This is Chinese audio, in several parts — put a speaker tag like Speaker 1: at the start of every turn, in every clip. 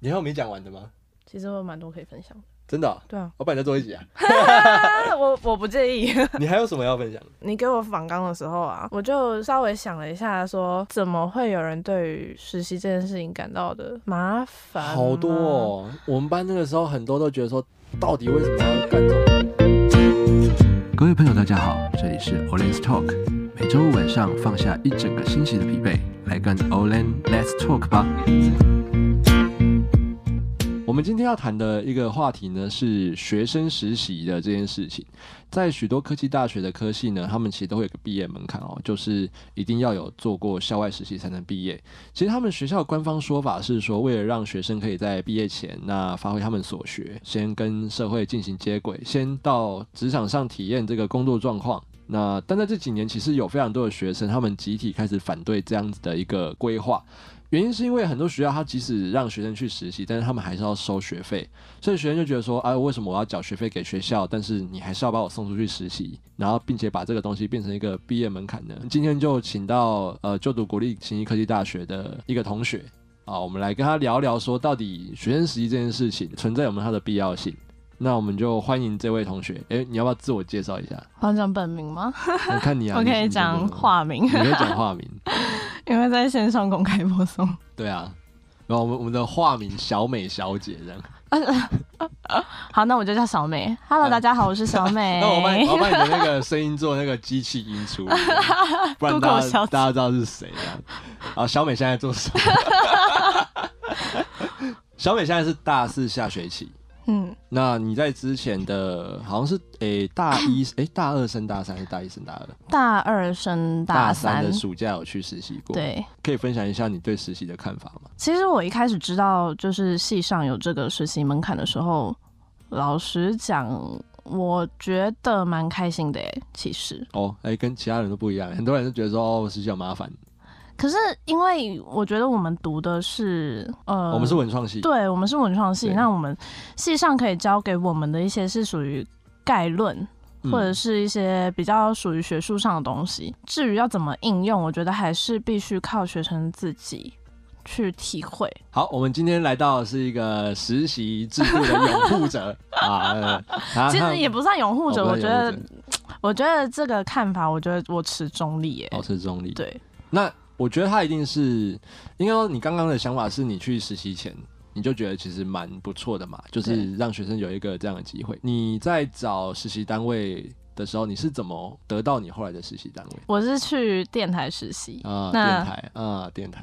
Speaker 1: 你还有没讲完的吗？
Speaker 2: 其实我有蛮多可以分享的。
Speaker 1: 真的哦、
Speaker 2: 对啊，
Speaker 1: 我帮你再做一 集啊！
Speaker 2: 啊我我不介意。
Speaker 1: 你还有什么要分享的？
Speaker 2: 你给我访纲的时候啊，我就稍微想了一下说怎么会有人对于实习这件事情感到的麻烦？
Speaker 1: 好多。哦！我们班那个时候很多都觉得说，到底为什么要干这种？
Speaker 3: 各位朋友，大家好，这里是 Olen's Talk，每周五晚上放下一整个星期的疲惫，来跟 Olen Let's Talk 吧。
Speaker 1: 我们今天要谈的一个话题呢，是学生实习的这件事情。在许多科技大学的科系呢，他们其实都会有个毕业门槛哦，就是一定要有做过校外实习才能毕业。其实他们学校的官方说法是说，为了让学生可以在毕业前那发挥他们所学，先跟社会进行接轨，先到职场上体验这个工作状况。那但在这几年，其实有非常多的学生，他们集体开始反对这样子的一个规划。原因是因为很多学校它即使让学生去实习，但是他们还是要收学费，所以学生就觉得说，啊，为什么我要缴学费给学校，但是你还是要把我送出去实习，然后并且把这个东西变成一个毕业门槛呢？今天就请到呃就读国立勤益科技大学的一个同学啊，我们来跟他聊聊说，到底学生实习这件事情存在有没有它的必要性？那我们就欢迎这位同学，诶，你要不要自我介绍一下？
Speaker 4: 我讲本名吗？
Speaker 1: 我看你啊，
Speaker 4: 我
Speaker 1: 你
Speaker 4: 可以
Speaker 1: 你怎么
Speaker 4: 讲
Speaker 1: 了，
Speaker 4: 化名
Speaker 1: 你，可以讲化名，
Speaker 4: 因为在线上公开播送。
Speaker 1: 对啊，然后我们我们的化名小美小姐这样。
Speaker 4: 好，那我就叫小美。Hello，
Speaker 1: 嗯
Speaker 4: 大家好，我是小美
Speaker 1: 那。我帮你，我帮你的那个声音做那个机器音出，不然大
Speaker 4: Google 小
Speaker 1: 家
Speaker 4: 姐
Speaker 1: 大家知道是谁这样。啊，小美现在做什么？ 小美现在是大四下学期，
Speaker 2: 嗯，
Speaker 1: 那你在之前的好像是诶、大一诶、大二升大三还是大一升大二？
Speaker 4: 大二升
Speaker 1: 三
Speaker 4: 三
Speaker 1: 的。暑假有去实习过，，
Speaker 4: 对，
Speaker 1: 可以分享一下你对实习的看法吗？
Speaker 4: 其实我一开始知道就是系上有这个实习门槛的时候，老实讲，我觉得蛮开心的诶，其实。
Speaker 1: 哦，诶、跟其他人都不一样，很多人都觉得说哦实习好麻烦，
Speaker 4: 可是因为我觉得我们读的是呃，
Speaker 1: 我们是文创系，
Speaker 4: 对，我们是文创系，
Speaker 1: 对
Speaker 4: 那我们系上可以教给我们的一些是属于概论，
Speaker 1: 嗯
Speaker 4: 或者是一些比较属于学术上的东西。至于要怎么应用，我觉得还是必须靠学生自己去体会。
Speaker 1: 好，我们今天来到的是一个实习制度的拥护 者啊，呃他
Speaker 4: 其
Speaker 1: 他
Speaker 4: 实也不算拥护者，
Speaker 1: 哦
Speaker 4: 我
Speaker 1: 不
Speaker 4: 觉
Speaker 1: 算拥
Speaker 4: 得
Speaker 1: 护者，哦
Speaker 4: 我觉得这个看法，我觉得我持中立耶。
Speaker 1: 保持中立。，
Speaker 4: 对，
Speaker 1: 那我觉得他一定是，应该说你刚刚的想法是你去实习前你就觉得其实蛮不错的嘛，就是让学生有一个这样的机会。你在找实习单位的时候，你是怎么得到你后来的实习单位？
Speaker 4: 我是去电台实习，
Speaker 1: 啊，电
Speaker 4: 那
Speaker 1: 台啊，电 台，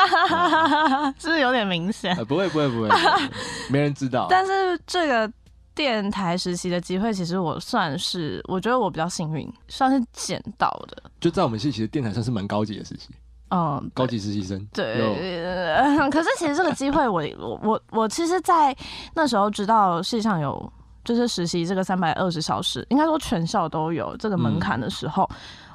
Speaker 1: 啊
Speaker 4: 是不是有点明显？
Speaker 1: 呃不会不会不会，不 会没人知道。
Speaker 4: 但是这个电台实习的机会，其实我算是，我觉得我比较幸运，算是捡到的。
Speaker 1: 就在我们系，其实电台算是蛮高级的实习，
Speaker 4: 嗯，
Speaker 1: 高级实习生。有
Speaker 4: 对。 呃可是其实这个机会我，我我我其实，在那时候知道世界上有就是实习这个三百二十小时，应该说全校都有这个门槛的时候，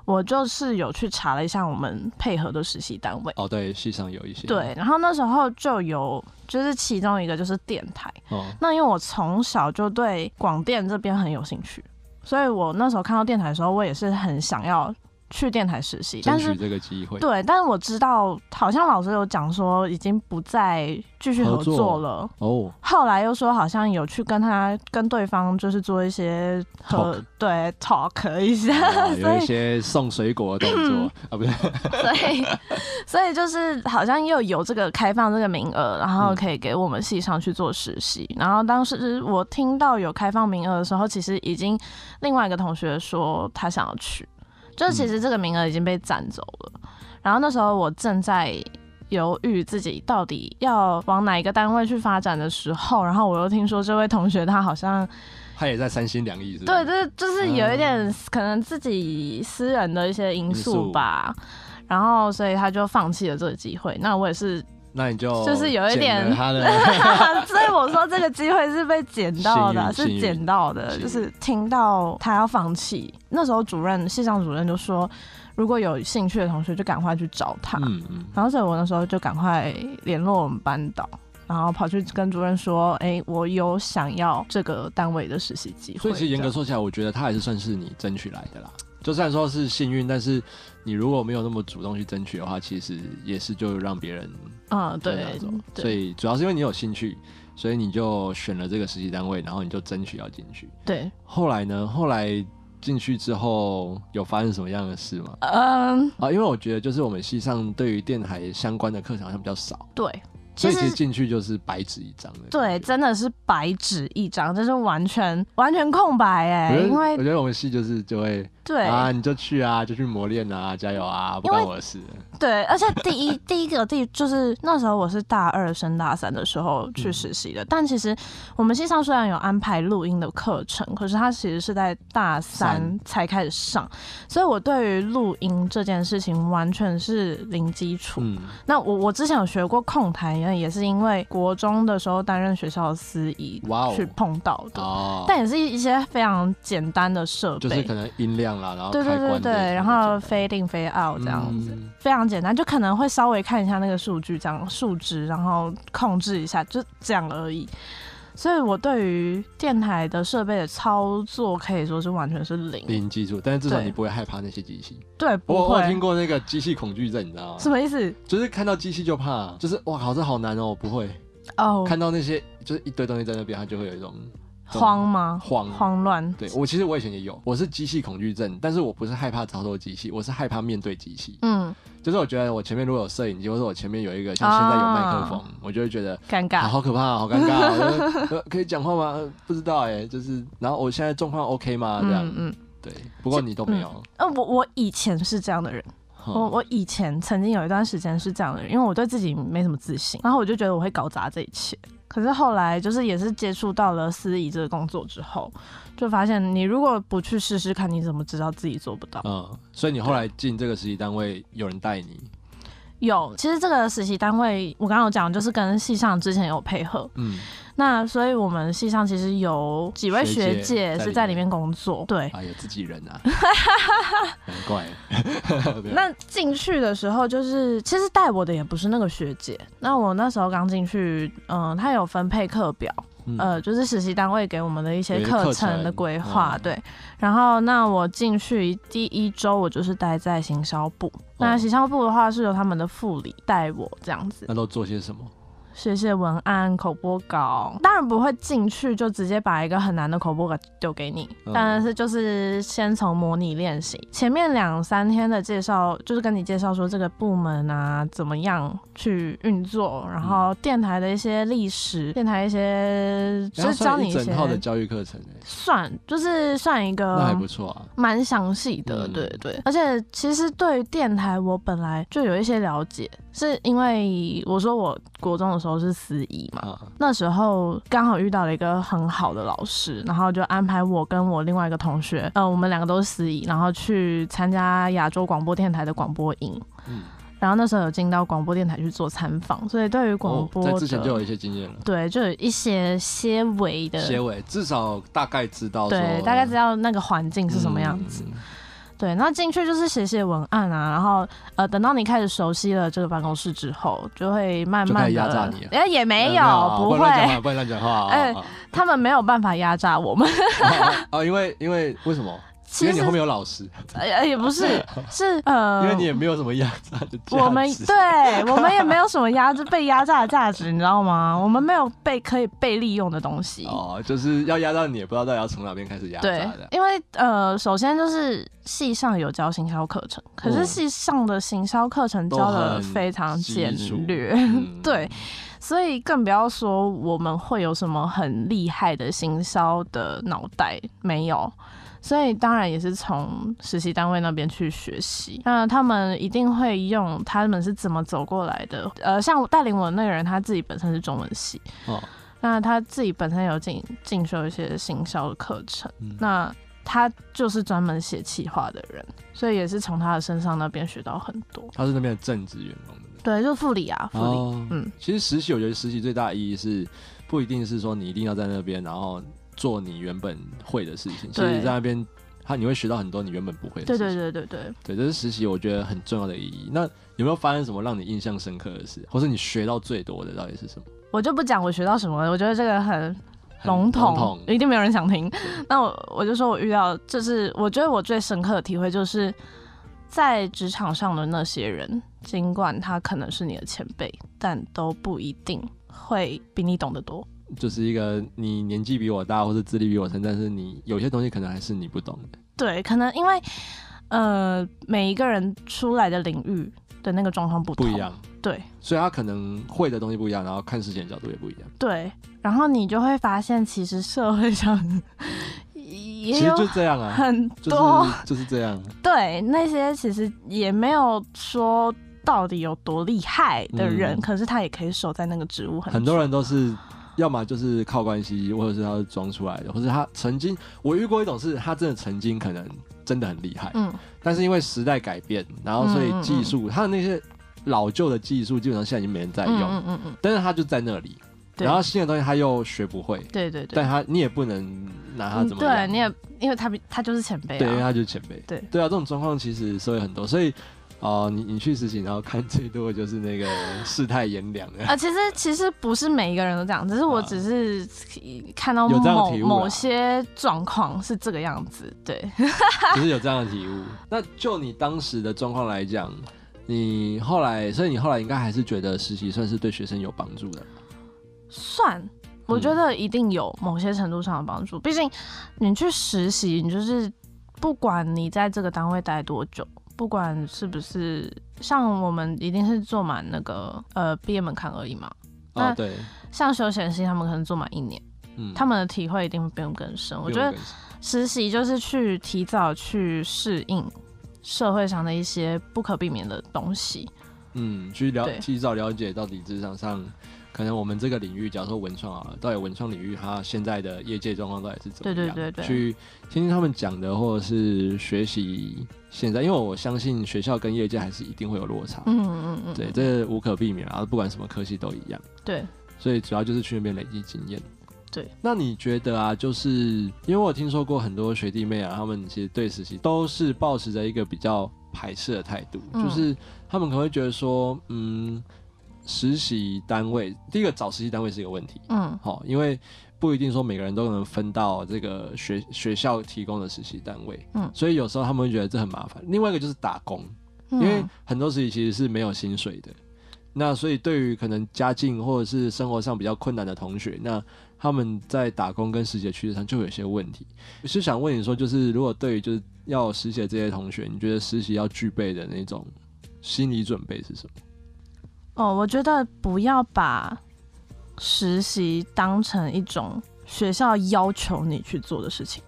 Speaker 4: 我就是有去查了一下我们配合的实习单位。
Speaker 1: 哦，对，系上有一些
Speaker 4: 对，然后那时候就有，就是其中一个就是电台，
Speaker 1: 哦，
Speaker 4: 那因为我从小就对广电这边很有兴趣，所以我那时候看到电台的时候，我也是很想要去电台实习，
Speaker 1: 争
Speaker 4: 但
Speaker 1: 取
Speaker 4: 是。
Speaker 1: 这个机会。
Speaker 4: 对，但是我知道，好像老师有讲说已经不再继续合作了。
Speaker 1: 哦，
Speaker 4: 后来又说好像有去跟他跟对方就是做一些和
Speaker 1: Talk
Speaker 4: 对 talk 一下，
Speaker 1: 啊
Speaker 4: 所
Speaker 1: 有一
Speaker 4: 以嗯
Speaker 1: 些送水果的动作啊，不是，
Speaker 4: 所以 所以就是好像又有这个开放这个名额，然后可以给我们系上去做实习。然后当时我听到有开放名额的时候，其实已经另外一个同学说他想要去，就是其实这个名额已经被占走了。然后那时候我正在。犹豫自己到底要往哪一个单位去发展的时候，然后我又听说这位同学他好像
Speaker 1: 他也在三心两意，是不是？
Speaker 4: 对，就是就是
Speaker 1: 嗯
Speaker 4: 有一点可能自己私人的一些因素吧，然后所以他就放弃了这个机会。那我也是，
Speaker 1: 那你就
Speaker 4: 就是有一点
Speaker 1: 捡了他的
Speaker 4: 所以我说这个机会是被捡到的，
Speaker 1: 幸运
Speaker 4: 是捡到的，
Speaker 1: 幸运
Speaker 4: 就是听到他要放弃，那时候主任系上主任就说，如果有兴趣的同学就赶快去找他。
Speaker 1: 嗯嗯，
Speaker 4: 然后所以我那时候就赶快联络我们班导。然后跑去跟主任说：“哎，我有想要这个单位的实习机会。”
Speaker 1: 所以其实严
Speaker 4: 这样
Speaker 1: 格说起来，我觉得他还是算是你争取来的啦。就算说是幸运，但是你如果没有那么主动去争取的话，其实也是就让别人
Speaker 4: 嗯，
Speaker 1: 对
Speaker 4: 对
Speaker 1: 拿走。所
Speaker 4: 对
Speaker 1: 以主要是因为你有兴趣，所以你就选了这个实习单位，然后你就争取要进去。
Speaker 4: 对，
Speaker 1: 后来呢？后来进去之后有发生什么样的事吗？
Speaker 4: 嗯，
Speaker 1: 啊，因为我觉得就是我们系上对于电台相关的课程好像比较少，
Speaker 4: 对，
Speaker 1: 所以
Speaker 4: 其
Speaker 1: 其实
Speaker 4: 实。
Speaker 1: 进去就是白纸一张的感觉。
Speaker 4: 对，真的是白纸一张，这是完全完全空白哎、
Speaker 1: 我觉得
Speaker 4: 因为
Speaker 1: 我觉得我们系就是就会
Speaker 4: 对、
Speaker 1: 啊，你就去啊，就去磨练啊，加油啊，不
Speaker 4: 因为
Speaker 1: 关我的事。
Speaker 4: 对，而且第一 第一个第就是那时候我是大二升大三的时候去实习的，但其实我们系上虽然有安排录音的课程，可是它其实是在大三
Speaker 1: 三
Speaker 4: 才开始上，所以我对于录音这件事情完全是零基础。
Speaker 1: 嗯，
Speaker 4: 那我我之前有学过控台，也是因为国中的时候担任学校的司仪
Speaker 1: 哇哦
Speaker 4: 去碰到的，
Speaker 1: 哦，
Speaker 4: 但也是一些非常简单的设备，
Speaker 1: 就是可能音量啦，然后
Speaker 4: 对
Speaker 1: 开
Speaker 4: 对
Speaker 1: 关
Speaker 4: 对对，
Speaker 1: 这
Speaker 4: 然后
Speaker 1: 种
Speaker 4: 飞定飞 out 这样子。
Speaker 1: 嗯
Speaker 4: 非常简单，就可能会稍微看一下那个数据，这样数值，然后控制一下，就这样而已。所以我对于电台的设备的操作可以说是完全是零，
Speaker 1: 零基础，但是至少
Speaker 4: 对
Speaker 1: 你不会害怕那些机器。
Speaker 4: 对，
Speaker 1: 我
Speaker 4: 不
Speaker 1: 我有听
Speaker 4: 会。
Speaker 1: 过那个机器恐惧症，你知道吗？
Speaker 4: 什么意思？
Speaker 1: 就是看到机器就怕，就是哇靠，这好难哦，我不会。
Speaker 4: 哦，
Speaker 1: 看到那些就是一堆东西在那边，他就会有一种
Speaker 4: 慌吗？
Speaker 1: 慌。
Speaker 4: 慌乱。
Speaker 1: 对我其实我以前也有，我是机器恐惧症，但是我不是害怕操作机器，我是害怕面对机器。
Speaker 4: 嗯，
Speaker 1: 就是我觉得我前面如果有摄影机，或者我前面有一个像现在有麦克风，我就会觉得
Speaker 4: 尴
Speaker 1: 啊
Speaker 4: 啊尬。
Speaker 1: 好可怕、啊，好尴尬、啊我 就呃。可以讲话吗？呃不知道哎、就是然后我现在状况 OK 吗？这样、
Speaker 4: 嗯嗯，
Speaker 1: 对。不过你都没有，
Speaker 4: 呃，我我以前是这样的人，
Speaker 1: 哼
Speaker 4: 我我以前曾经有一段时间是这样的人，因为我对自己没什么自信，然后我就觉得我会搞砸这一切。可是后来就是也是接触到了司仪这个工作之后，就发现你如果不去试试看，你怎么知道自己做不到？
Speaker 1: 嗯，所以你后来进这个实习单位，有人带你，
Speaker 4: 有，其实这个实习单位我刚刚有讲，就是跟系上之前有配合，
Speaker 1: 嗯，
Speaker 4: 那所以我们系上其实有几位
Speaker 1: 学
Speaker 4: 学
Speaker 1: 姐
Speaker 4: 姐是在里面工作，对。
Speaker 1: 哎呀，自己人 啊，难怪。没有
Speaker 4: 那进去的时候，就是其实带我的也不是那个学姐。那我那时候刚进去，嗯、她有分配课表，
Speaker 1: 嗯
Speaker 4: 呃，就是实习单位给我们的一些
Speaker 1: 有一些
Speaker 4: 课
Speaker 1: 课程
Speaker 4: 程的规划，
Speaker 1: 嗯
Speaker 4: 对。然后，那我进去第一周，我就是待在行销部。那行销部的话，是由他们的副理带我这样子
Speaker 1: 那都做些什么？
Speaker 4: 写写文案、口播稿。当然不会进去就直接把一个很难的口播稿丢给你，
Speaker 1: 嗯
Speaker 4: 但是就是先从模拟练习。前面两三天的介绍，就是跟你介绍说这个部门啊怎么样去运作，然后电台的一些历史，电台一些
Speaker 1: 然
Speaker 4: 就
Speaker 1: 后
Speaker 4: 是教
Speaker 1: 算
Speaker 4: 你
Speaker 1: 一
Speaker 4: 一
Speaker 1: 整套的
Speaker 4: 些。呃
Speaker 1: 教育课程、欸，
Speaker 4: 算就是算一
Speaker 1: 那还
Speaker 4: 个
Speaker 1: 不错啊。
Speaker 4: 蛮详细的，
Speaker 1: 嗯
Speaker 4: 对对。而且其实对于电台，我本来就有一些了解，是因为我说我国中的时候是司仪嘛，
Speaker 1: 啊，
Speaker 4: 那时候刚好遇到了一个很好的老师，然后就安排我跟我另外一个同学，呃，我们两个都是司仪，然后去参加亚洲广播电台的广播营。
Speaker 1: 嗯，
Speaker 4: 然后那时候有进到广播电台去做参访，所以对于广
Speaker 1: 哦
Speaker 4: 播、，
Speaker 1: 在之前就有一些经验了。
Speaker 4: 对，就有一些些微的，
Speaker 1: 结尾至少大概知道说，
Speaker 4: 对，大概知道那个环境是什么样子。
Speaker 1: 嗯。
Speaker 4: 对，那进去就是写写文案啊，然后呃，等到你开始熟悉了这个办公室之后，就会慢
Speaker 1: 就开
Speaker 4: 慢
Speaker 1: 始
Speaker 4: 的，
Speaker 1: 压榨你了
Speaker 4: 哎也没有，
Speaker 1: 啊
Speaker 4: 不
Speaker 1: 不能乱讲
Speaker 4: 会，
Speaker 1: 话，不能乱讲话啊。
Speaker 4: 哎
Speaker 1: 啊
Speaker 4: 他们没有办法压榨我们。
Speaker 1: 啊啊，因为因为为什么？ 因
Speaker 4: 其
Speaker 1: 为
Speaker 4: 实
Speaker 1: 你后面有老师，
Speaker 4: 呃呃也不是， 是呃，
Speaker 1: 因为你也没有什么压榨的价值。
Speaker 4: 我们对我们也没有什么压制被压榨的价值，你知道吗？我们没有被可以被利用的东西。
Speaker 1: 哦，就是要压到你，也不知道到底要从哪边开始压榨
Speaker 4: 对
Speaker 1: 的，。
Speaker 4: 因为呃，首先就是系上有教行销课程，可是
Speaker 1: 嗯
Speaker 4: 系上的行销课程教的
Speaker 1: 都很
Speaker 4: 非常简
Speaker 1: 基础
Speaker 4: 略，
Speaker 1: 嗯
Speaker 4: 对，所以更不要说我们会有什么很厉害的行销的脑袋，没有。所以当然也是从实习单位那边去学习。那他们一定会用他们是怎么走过来的。呃，像我带领我的那个人，他自己本身是中文系，
Speaker 1: 哦，
Speaker 4: 那他自己本身有进进修一些行销的课程，
Speaker 1: 嗯
Speaker 4: 那他就是专门写企划的人，所以也是从他的身上那边学到很多。
Speaker 1: 他是那边的正职员工的。
Speaker 4: 对，就副理啊，副理。
Speaker 1: 哦，
Speaker 4: 嗯，
Speaker 1: 其实实习，我觉得实习最大的意义是，不一定是说你一定要在那边，然后做你原本会的事情。其
Speaker 4: 对
Speaker 1: 实在那边，他你会学到很多你原本不会的
Speaker 4: 对
Speaker 1: 事情。
Speaker 4: 对对对对，
Speaker 1: 对，这是实习我觉得很重要的意义。那有没有发生什么让你印象深刻的事，或是你学到最多的到底是什么？
Speaker 4: 我就不讲我学到什么了，我觉得这个很
Speaker 1: 很
Speaker 4: 笼
Speaker 1: 笼统
Speaker 4: 统，一定没有人想听。那我我就说我遇到，就是我觉得我最深刻的体会就是，在职场上的那些人，尽管他可能是你的前辈，但都不一定会比你懂得多。
Speaker 1: 就是一个你年纪比我大，或是资历比我深，但是你有些东西可能还是你不懂的。
Speaker 4: 对，可能因为呃，每一个人出来的领域的那个状况不
Speaker 1: 不
Speaker 4: 同
Speaker 1: 一样，
Speaker 4: 对
Speaker 1: 所以他可能会的东西不一样，然后看事情的角度也不一样。
Speaker 4: 对，然后你就会发现，其实社会上 也
Speaker 1: 其实
Speaker 4: 有
Speaker 1: 就这样啊，
Speaker 4: 很
Speaker 1: 就是
Speaker 4: 多、
Speaker 1: 就是这样。
Speaker 4: 对那些其实也没有说到底有多厉害的人，
Speaker 1: 嗯
Speaker 4: 可是他也可以守在那个职务很
Speaker 1: 很多
Speaker 4: 久
Speaker 1: 人都是，要么就是靠关系，或者是他是装出来的，或者他曾经，我遇过一种是他真的曾经可能真的很厉害，
Speaker 4: 嗯
Speaker 1: 但是因为时代改变，然后所以
Speaker 4: 嗯嗯嗯
Speaker 1: 技术，他的那些老旧的技术基本上现在已经没人在
Speaker 4: 嗯
Speaker 1: 用，
Speaker 4: 嗯嗯嗯，
Speaker 1: 但是他就在那里，
Speaker 4: 对
Speaker 1: 然后新的东西他又学不会，
Speaker 4: 对对对，
Speaker 1: 但他你也不能拿他
Speaker 4: 嗯
Speaker 1: 怎么样，
Speaker 4: 对，你也因为他比他就是前辈
Speaker 1: 对，因为
Speaker 4: 啊，
Speaker 1: 他就是前辈，
Speaker 4: 对
Speaker 1: 对啊，这种状况其实社会很多，所以。哦，你你去实习，然后看最多的就是那个世态炎凉的，
Speaker 4: 啊，其实其实不是每一个人都这样，只是我
Speaker 1: 啊
Speaker 4: 只是看到
Speaker 1: 有这样的
Speaker 4: 某
Speaker 1: 体悟啦
Speaker 4: 某些状况是这个样子，对。
Speaker 1: 只是有这样的体悟。那就你当时的状况来讲，你后来，所以你后来应该还是觉得实习算是对学生有帮助的。
Speaker 4: 算，我
Speaker 1: 嗯
Speaker 4: 觉得一定有某些程度上的帮助。毕竟你去实习，你就是不管你在这个单位待多久，不管是不是像我们一定是做满那个呃毕业门槛而已嘛。
Speaker 1: 哦
Speaker 4: 那，
Speaker 1: 对，
Speaker 4: 像休闲系他们可能做满一年，
Speaker 1: 嗯，
Speaker 4: 他们的体会一定会比我们更深。我觉得
Speaker 1: 比
Speaker 4: 实习就是去提早去适应社会上的一些不可避免的东西。
Speaker 1: 我们更，嗯，去了
Speaker 4: 对
Speaker 1: 提早了解到底职场上，可能我们这个领域，假如说文创啊，到底文创领域它现在的业界状况到底是怎么样？
Speaker 4: 对对对对
Speaker 1: 去听听他们讲的，或者是学习现在，因为我相信学校跟业界还是一定会有落差，
Speaker 4: 嗯嗯嗯，
Speaker 1: 对，这无可避免啊，不管什么科系都一样。
Speaker 4: 对，
Speaker 1: 所以主要就是去那边累积经验。
Speaker 4: 对，
Speaker 1: 那你觉得啊，就是因为我听说过很多学弟妹啊，他们其实对实习都是抱持着一个比较排斥的态度，
Speaker 4: 嗯
Speaker 1: 就是他们可能会觉得说，嗯，实习单位第一个找实习单位是一个问题，
Speaker 4: 嗯
Speaker 1: 好，因为不一定说每个人都能分到这个学学校提供的实习单位，
Speaker 4: 嗯
Speaker 1: 所以有时候他们会觉得这很麻烦。另外一个就是打工，
Speaker 4: 嗯，
Speaker 1: 因为很多事情其实是没有薪水的。那所以对于可能家境或者是生活上比较困难的同学，那他们在打工跟实习的趋势上就有一些问题。是想问你说，就是如果对于就是要实习的这些同学，你觉得实习要具备的那种心理准备是什么？
Speaker 4: 哦，我觉得不要把实习当成一种学校要求你去做的事情，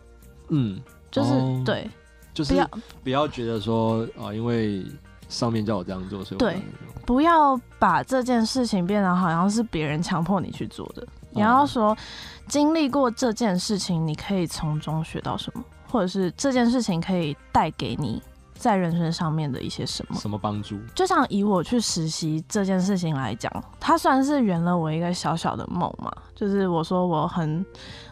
Speaker 1: 嗯，
Speaker 4: 就是、
Speaker 1: 哦
Speaker 4: 对，
Speaker 1: 就是
Speaker 4: 不要
Speaker 1: 不要觉得说啊、因为上面叫我这样做，所以我
Speaker 4: 对
Speaker 1: 这样做
Speaker 4: 不要把这件事情变得好像是别人强迫你去做的。你要
Speaker 1: 哦
Speaker 4: 说经历过这件事情，你可以从中学到什么，或者是这件事情可以带给你在人生上面的一些什么。
Speaker 1: 什么帮助？
Speaker 4: 就像以我去实习这件事情来讲，它算是圆了我一个小小的梦嘛。就是我说我很，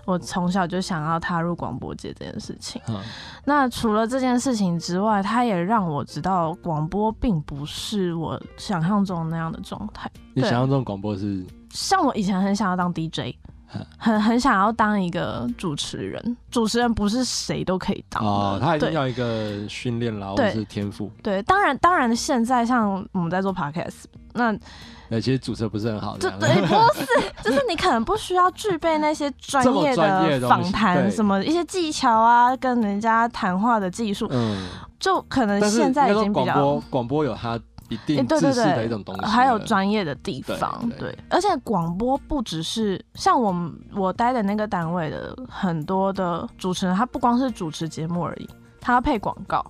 Speaker 4: 我从小就想要踏入广播界这件事情。
Speaker 1: 嗯
Speaker 4: 那除了这件事情之外，它也让我知道广播并不是我想象中那样的状态。
Speaker 1: 你
Speaker 4: 对
Speaker 1: 想象中广播是
Speaker 4: 像我以前很想要 当 DJ，
Speaker 1: 哈
Speaker 4: 很很想要当一个主持人。主持人不是谁都可以当的，
Speaker 1: 哦，他一定
Speaker 4: 对
Speaker 1: 要一个训练啦，或者
Speaker 4: 对
Speaker 1: 是天赋。
Speaker 4: 对。当然，当然现在像我们在做 podcast，那
Speaker 1: 呃，其实主持得不是很好，这
Speaker 4: 就
Speaker 1: 样
Speaker 4: 对，不是， 就是你可能不需要具备那些专
Speaker 1: 这么
Speaker 4: 业
Speaker 1: 专业的东
Speaker 4: 的访
Speaker 1: 西对
Speaker 4: 谈，什么一些技巧啊，跟人家谈话的技术，
Speaker 1: 嗯，
Speaker 4: 就可能
Speaker 1: 但是
Speaker 4: 现在
Speaker 1: 应该
Speaker 4: 已
Speaker 1: 说
Speaker 4: 经比
Speaker 1: 广
Speaker 4: 较
Speaker 1: 播。广播有它一
Speaker 4: 诶
Speaker 1: 定
Speaker 4: 对
Speaker 1: 自
Speaker 4: 对
Speaker 1: 私
Speaker 4: 对，
Speaker 1: 的一种东西了，
Speaker 4: 还有专业的地方，
Speaker 1: 对对
Speaker 4: 而且广播不只是像我们我待的那个单位的很多的主持人，他不光是主持节目而已，他要配广告，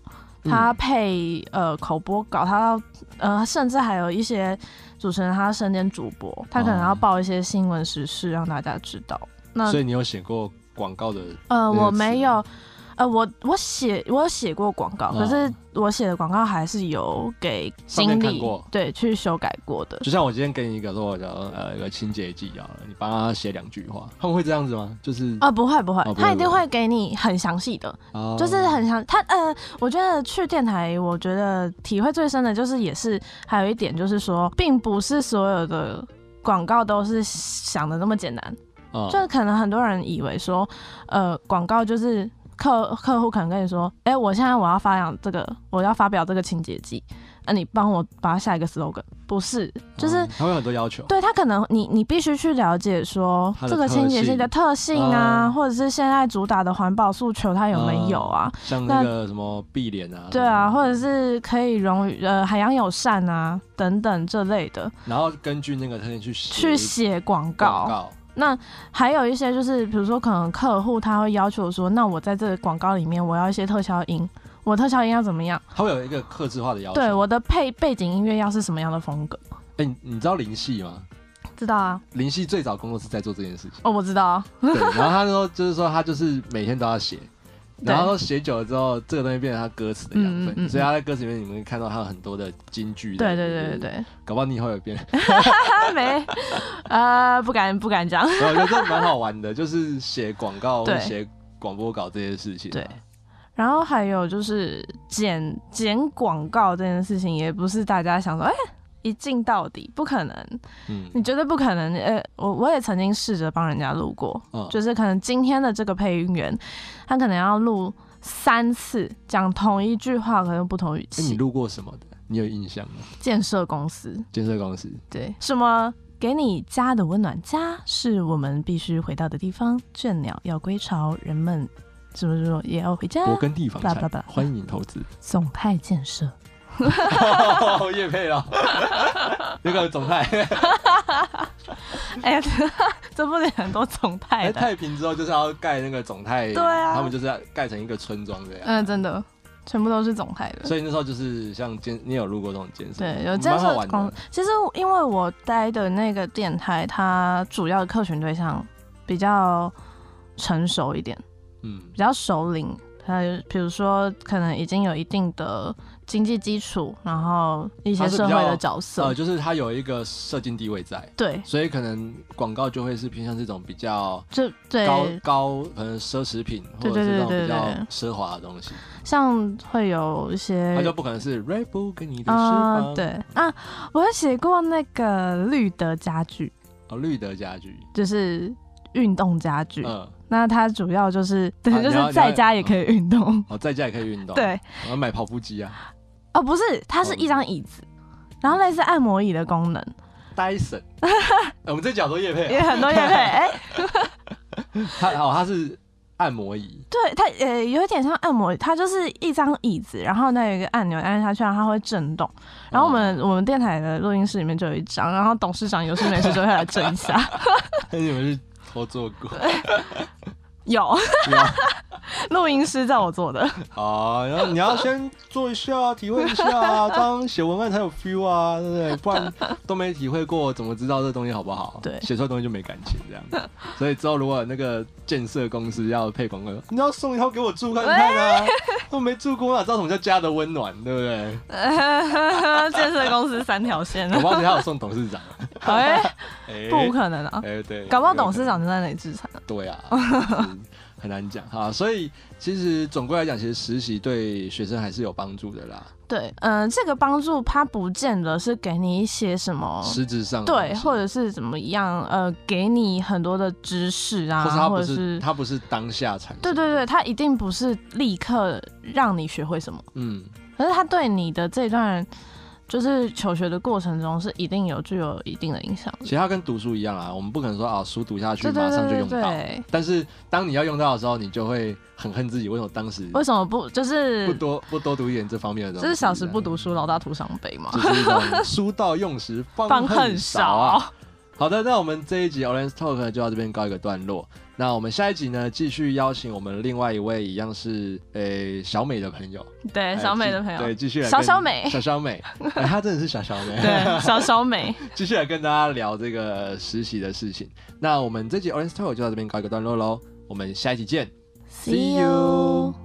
Speaker 1: 嗯
Speaker 4: 他配、呃口播稿，他要呃甚至还有一些主持人他要身兼主播，他可能
Speaker 1: 哦
Speaker 4: 要报一些新闻时事让大家知道。那
Speaker 1: 嗯所以你有写过广告的
Speaker 4: 呃，
Speaker 1: 类
Speaker 4: 我
Speaker 1: 似
Speaker 4: 没有，呃，我我写我有写过广告，可
Speaker 1: 哦
Speaker 4: 是我写的广告还是有给
Speaker 1: 上面
Speaker 4: 经
Speaker 1: 看
Speaker 4: 理
Speaker 1: 过
Speaker 4: 对去修改过的。
Speaker 1: 就像我今天给你一个说，我讲呃一个清洁剂好了，你帮他写两句话，他们会这样子吗？就是
Speaker 4: 啊、不会不会，
Speaker 1: 哦不会
Speaker 4: 他一定
Speaker 1: 不会
Speaker 4: 会给你很详细的，
Speaker 1: 哦
Speaker 4: 就是很详。他呃，我觉得去电台，我觉得体会最深的就是，也是还有一点就是说，并不是所有的广告都是想的那么简单，
Speaker 1: 啊
Speaker 4: 就是可能很多人以为说，呃，广告就是客客户可能跟你说，哎、我现在我要发扬这个，我要发表这个清洁剂，那、你帮我把它下一个 slogan，不是，就是。
Speaker 1: 嗯它会有很多要求，
Speaker 4: 对他可能你你必须去了解说
Speaker 1: 它的
Speaker 4: 这个
Speaker 1: 特
Speaker 4: 清洁剂
Speaker 1: 性
Speaker 4: 的特性啊，
Speaker 1: 嗯
Speaker 4: 或者是现在主打的环保诉求它有
Speaker 1: 哦
Speaker 4: 没有啊？
Speaker 1: 像那个什么碧莲啊，
Speaker 4: 对啊，或者是可以容于呃海洋友善啊等等这类的
Speaker 1: 然后根据那个特性去写
Speaker 4: 去写广告。
Speaker 1: 广告，
Speaker 4: 那还有一些就是，比如说可能客户他会要求说，那我在这个广告里面我要一些特效音，我特效音要怎么样？
Speaker 1: 它会有一个克制化的要求。
Speaker 4: 对，我的配背景音乐要是什么样的风格？
Speaker 1: 哎、你你知道林夕吗？
Speaker 4: 知 道啊，
Speaker 1: 林夕最早工作是在做这件事情，
Speaker 4: 哦，我知道啊，
Speaker 1: 对。然后他说，就是说他就是每天都要写，然后写久了之后，这个东西变成他歌词的养分，
Speaker 4: 嗯嗯嗯
Speaker 1: 所以他在歌词里面你们会看到他有很多的金句。
Speaker 4: 对对对对对，
Speaker 1: 搞不好你以后也变。
Speaker 4: 他没， 呃，不敢不敢讲。
Speaker 1: 我觉得这蛮好玩的，就是写广告或
Speaker 4: 对
Speaker 1: 者写广播稿这件事情、啊。
Speaker 4: 对然后还有就是剪剪广告这件事情，也不是大家想说，哎、一镜到底，不可能，
Speaker 1: 嗯，
Speaker 4: 你绝对不可能。呃，我我也曾经试着帮人家录过，
Speaker 1: 嗯
Speaker 4: 就是可能今天的这个配音员，他可能要录三次讲同一句话，可能用不同语
Speaker 1: 哎你
Speaker 4: 气。
Speaker 1: 录过什么的？你有印象吗？
Speaker 4: 建设公司，
Speaker 1: 建设公司。
Speaker 4: 对，什么给你家的温暖，家是我们必须回到的地方，倦鸟要归巢，人们什么什么也要回家。
Speaker 1: 勃艮第房
Speaker 4: 巴拉巴
Speaker 1: 产
Speaker 4: 拉，
Speaker 1: 欢迎投资。
Speaker 4: 总派建设，
Speaker 1: 哦，叶配 了，那个总泰，
Speaker 4: 哎呀， 这不是很多总
Speaker 1: 哎，
Speaker 4: 派的，
Speaker 1: 太平之后就是要盖那个总泰，
Speaker 4: 对啊
Speaker 1: 他们就是要盖成一个村庄这样。
Speaker 4: 嗯、真的，全部都是总派的。
Speaker 1: 所以那时候就是像监，你有录过这种监视，
Speaker 4: 对，有建
Speaker 1: 蛮好
Speaker 4: 设
Speaker 1: 玩
Speaker 4: 公
Speaker 1: 的。，
Speaker 4: 其实因为我待的那个电台，它主要的客群对象比较成熟一点，
Speaker 1: 嗯
Speaker 4: 比较熟龄。它比如说，可能已经有一定的经济基础，然后一些
Speaker 1: 它是比
Speaker 4: 社
Speaker 1: 较
Speaker 4: 会的角
Speaker 1: 呃，
Speaker 4: 色，
Speaker 1: 就是它有一个社经地位在，
Speaker 4: 对，
Speaker 1: 所以可能广告就会是偏向这种比较
Speaker 4: 就对，
Speaker 1: 高高，可能奢侈品或
Speaker 4: 对
Speaker 1: 者是那
Speaker 4: 对
Speaker 1: 种
Speaker 4: 对
Speaker 1: 比
Speaker 4: 对
Speaker 1: 较
Speaker 4: 对
Speaker 1: 奢华的东西，
Speaker 4: 像会有一些
Speaker 1: 它就不可能是 Red Bull 给你的释
Speaker 4: 啊、
Speaker 1: 放，
Speaker 4: 对啊，我有写过那个绿德家具，
Speaker 1: 哦，绿德家居，
Speaker 4: 就是运动家具。
Speaker 1: 嗯，
Speaker 4: 那它主要就是对，
Speaker 1: 啊
Speaker 4: 就
Speaker 1: 你要
Speaker 4: 是在家也可以运动。
Speaker 1: 哦，在家也可以运动，，
Speaker 4: 对，
Speaker 1: 然后买跑步机 啊
Speaker 4: 哦，不是，它是一张椅子，然后类似按摩椅的功能，
Speaker 1: ，Dyson，我们这讲都叶配
Speaker 4: 也
Speaker 1: 啊，
Speaker 4: 很多业配。哎、
Speaker 1: 它哦它是按摩椅，
Speaker 4: 对，它呃有一点像按摩椅，它就是一张椅子，然后那有一个按钮按下去，然后它会震动。然后我们、我们电台的录音室里面就有一张，然后董事长有事没事就会来震一下。
Speaker 1: 嗯 你们是偷做 过，
Speaker 4: 有
Speaker 1: 有
Speaker 4: 录音师叫我做的，
Speaker 1: 好，然后你要先做一下，体会一下啊，这样写文案才有 feel 啊，对不对？不然都没体会过，怎么知道这东西好不好？
Speaker 4: 对
Speaker 1: 写出来东西就没感情这样。所以之后如果那个建设公司要配广告，你要送一套给我住看看啊，我没住过，哪知道什么叫家的温暖，对不 对？
Speaker 4: 建设公司三条线
Speaker 1: 搞不好人家有送董事长，
Speaker 4: 哎、
Speaker 1: 哎
Speaker 4: 不可能啊！
Speaker 1: 哎、对，
Speaker 4: 搞不好董
Speaker 1: 有可
Speaker 4: 事
Speaker 1: 能
Speaker 4: 长就在那里制裁。
Speaker 1: 对 啊，就是很难讲哈。所以其实总归来讲，其实实习对学生还是有帮助的啦，
Speaker 4: 对，嗯、这个帮助他不见得是给你一些什么，
Speaker 1: 实质上的
Speaker 4: 对，
Speaker 1: 东西
Speaker 4: 或者是怎么样，呃，给你很多的知识啊
Speaker 1: 或是，它
Speaker 4: 或
Speaker 1: 不
Speaker 4: 者
Speaker 1: 是
Speaker 4: 是。
Speaker 1: 它不是当下产生，
Speaker 4: 对对对，，他一定不是立刻让你学会什么，
Speaker 1: 嗯，
Speaker 4: 可是他对你的这段就是求学的过程中是一定有具有一定的影响的
Speaker 1: 其。实它跟读书一样啊，我们不可能说啊书读下去
Speaker 4: 对对
Speaker 1: 马上就
Speaker 4: 对对
Speaker 1: 用到，
Speaker 4: 对，
Speaker 1: 但是当你要用到的时候，你就会很恨自己为什么当时
Speaker 4: 为什么不就是
Speaker 1: 不多不多读一点这方面的东西，
Speaker 4: 就是小时不读书，老大徒伤悲嘛
Speaker 1: 这？样，就是一种书到用时
Speaker 4: 方
Speaker 1: 方
Speaker 4: 恨
Speaker 1: 恨
Speaker 4: 少
Speaker 1: 少啊。好的，那我们这一集 Orange Talk 呢就到这边告一个段落。那我们下一集呢，继续邀请我们另外一位一样是诶、小美的朋友，
Speaker 4: 对，
Speaker 1: 哎
Speaker 4: 小美的
Speaker 1: 继
Speaker 4: 朋友，
Speaker 1: 对，继续来
Speaker 4: 小
Speaker 1: 跟
Speaker 4: 小美
Speaker 1: 小小美，哎她真的是小小美，
Speaker 4: 对，小小美，
Speaker 1: 继续来跟大家聊这个实习的事情。那我们这集 Orange Talk 就到这边告一个段落喽，我们下一集见。See you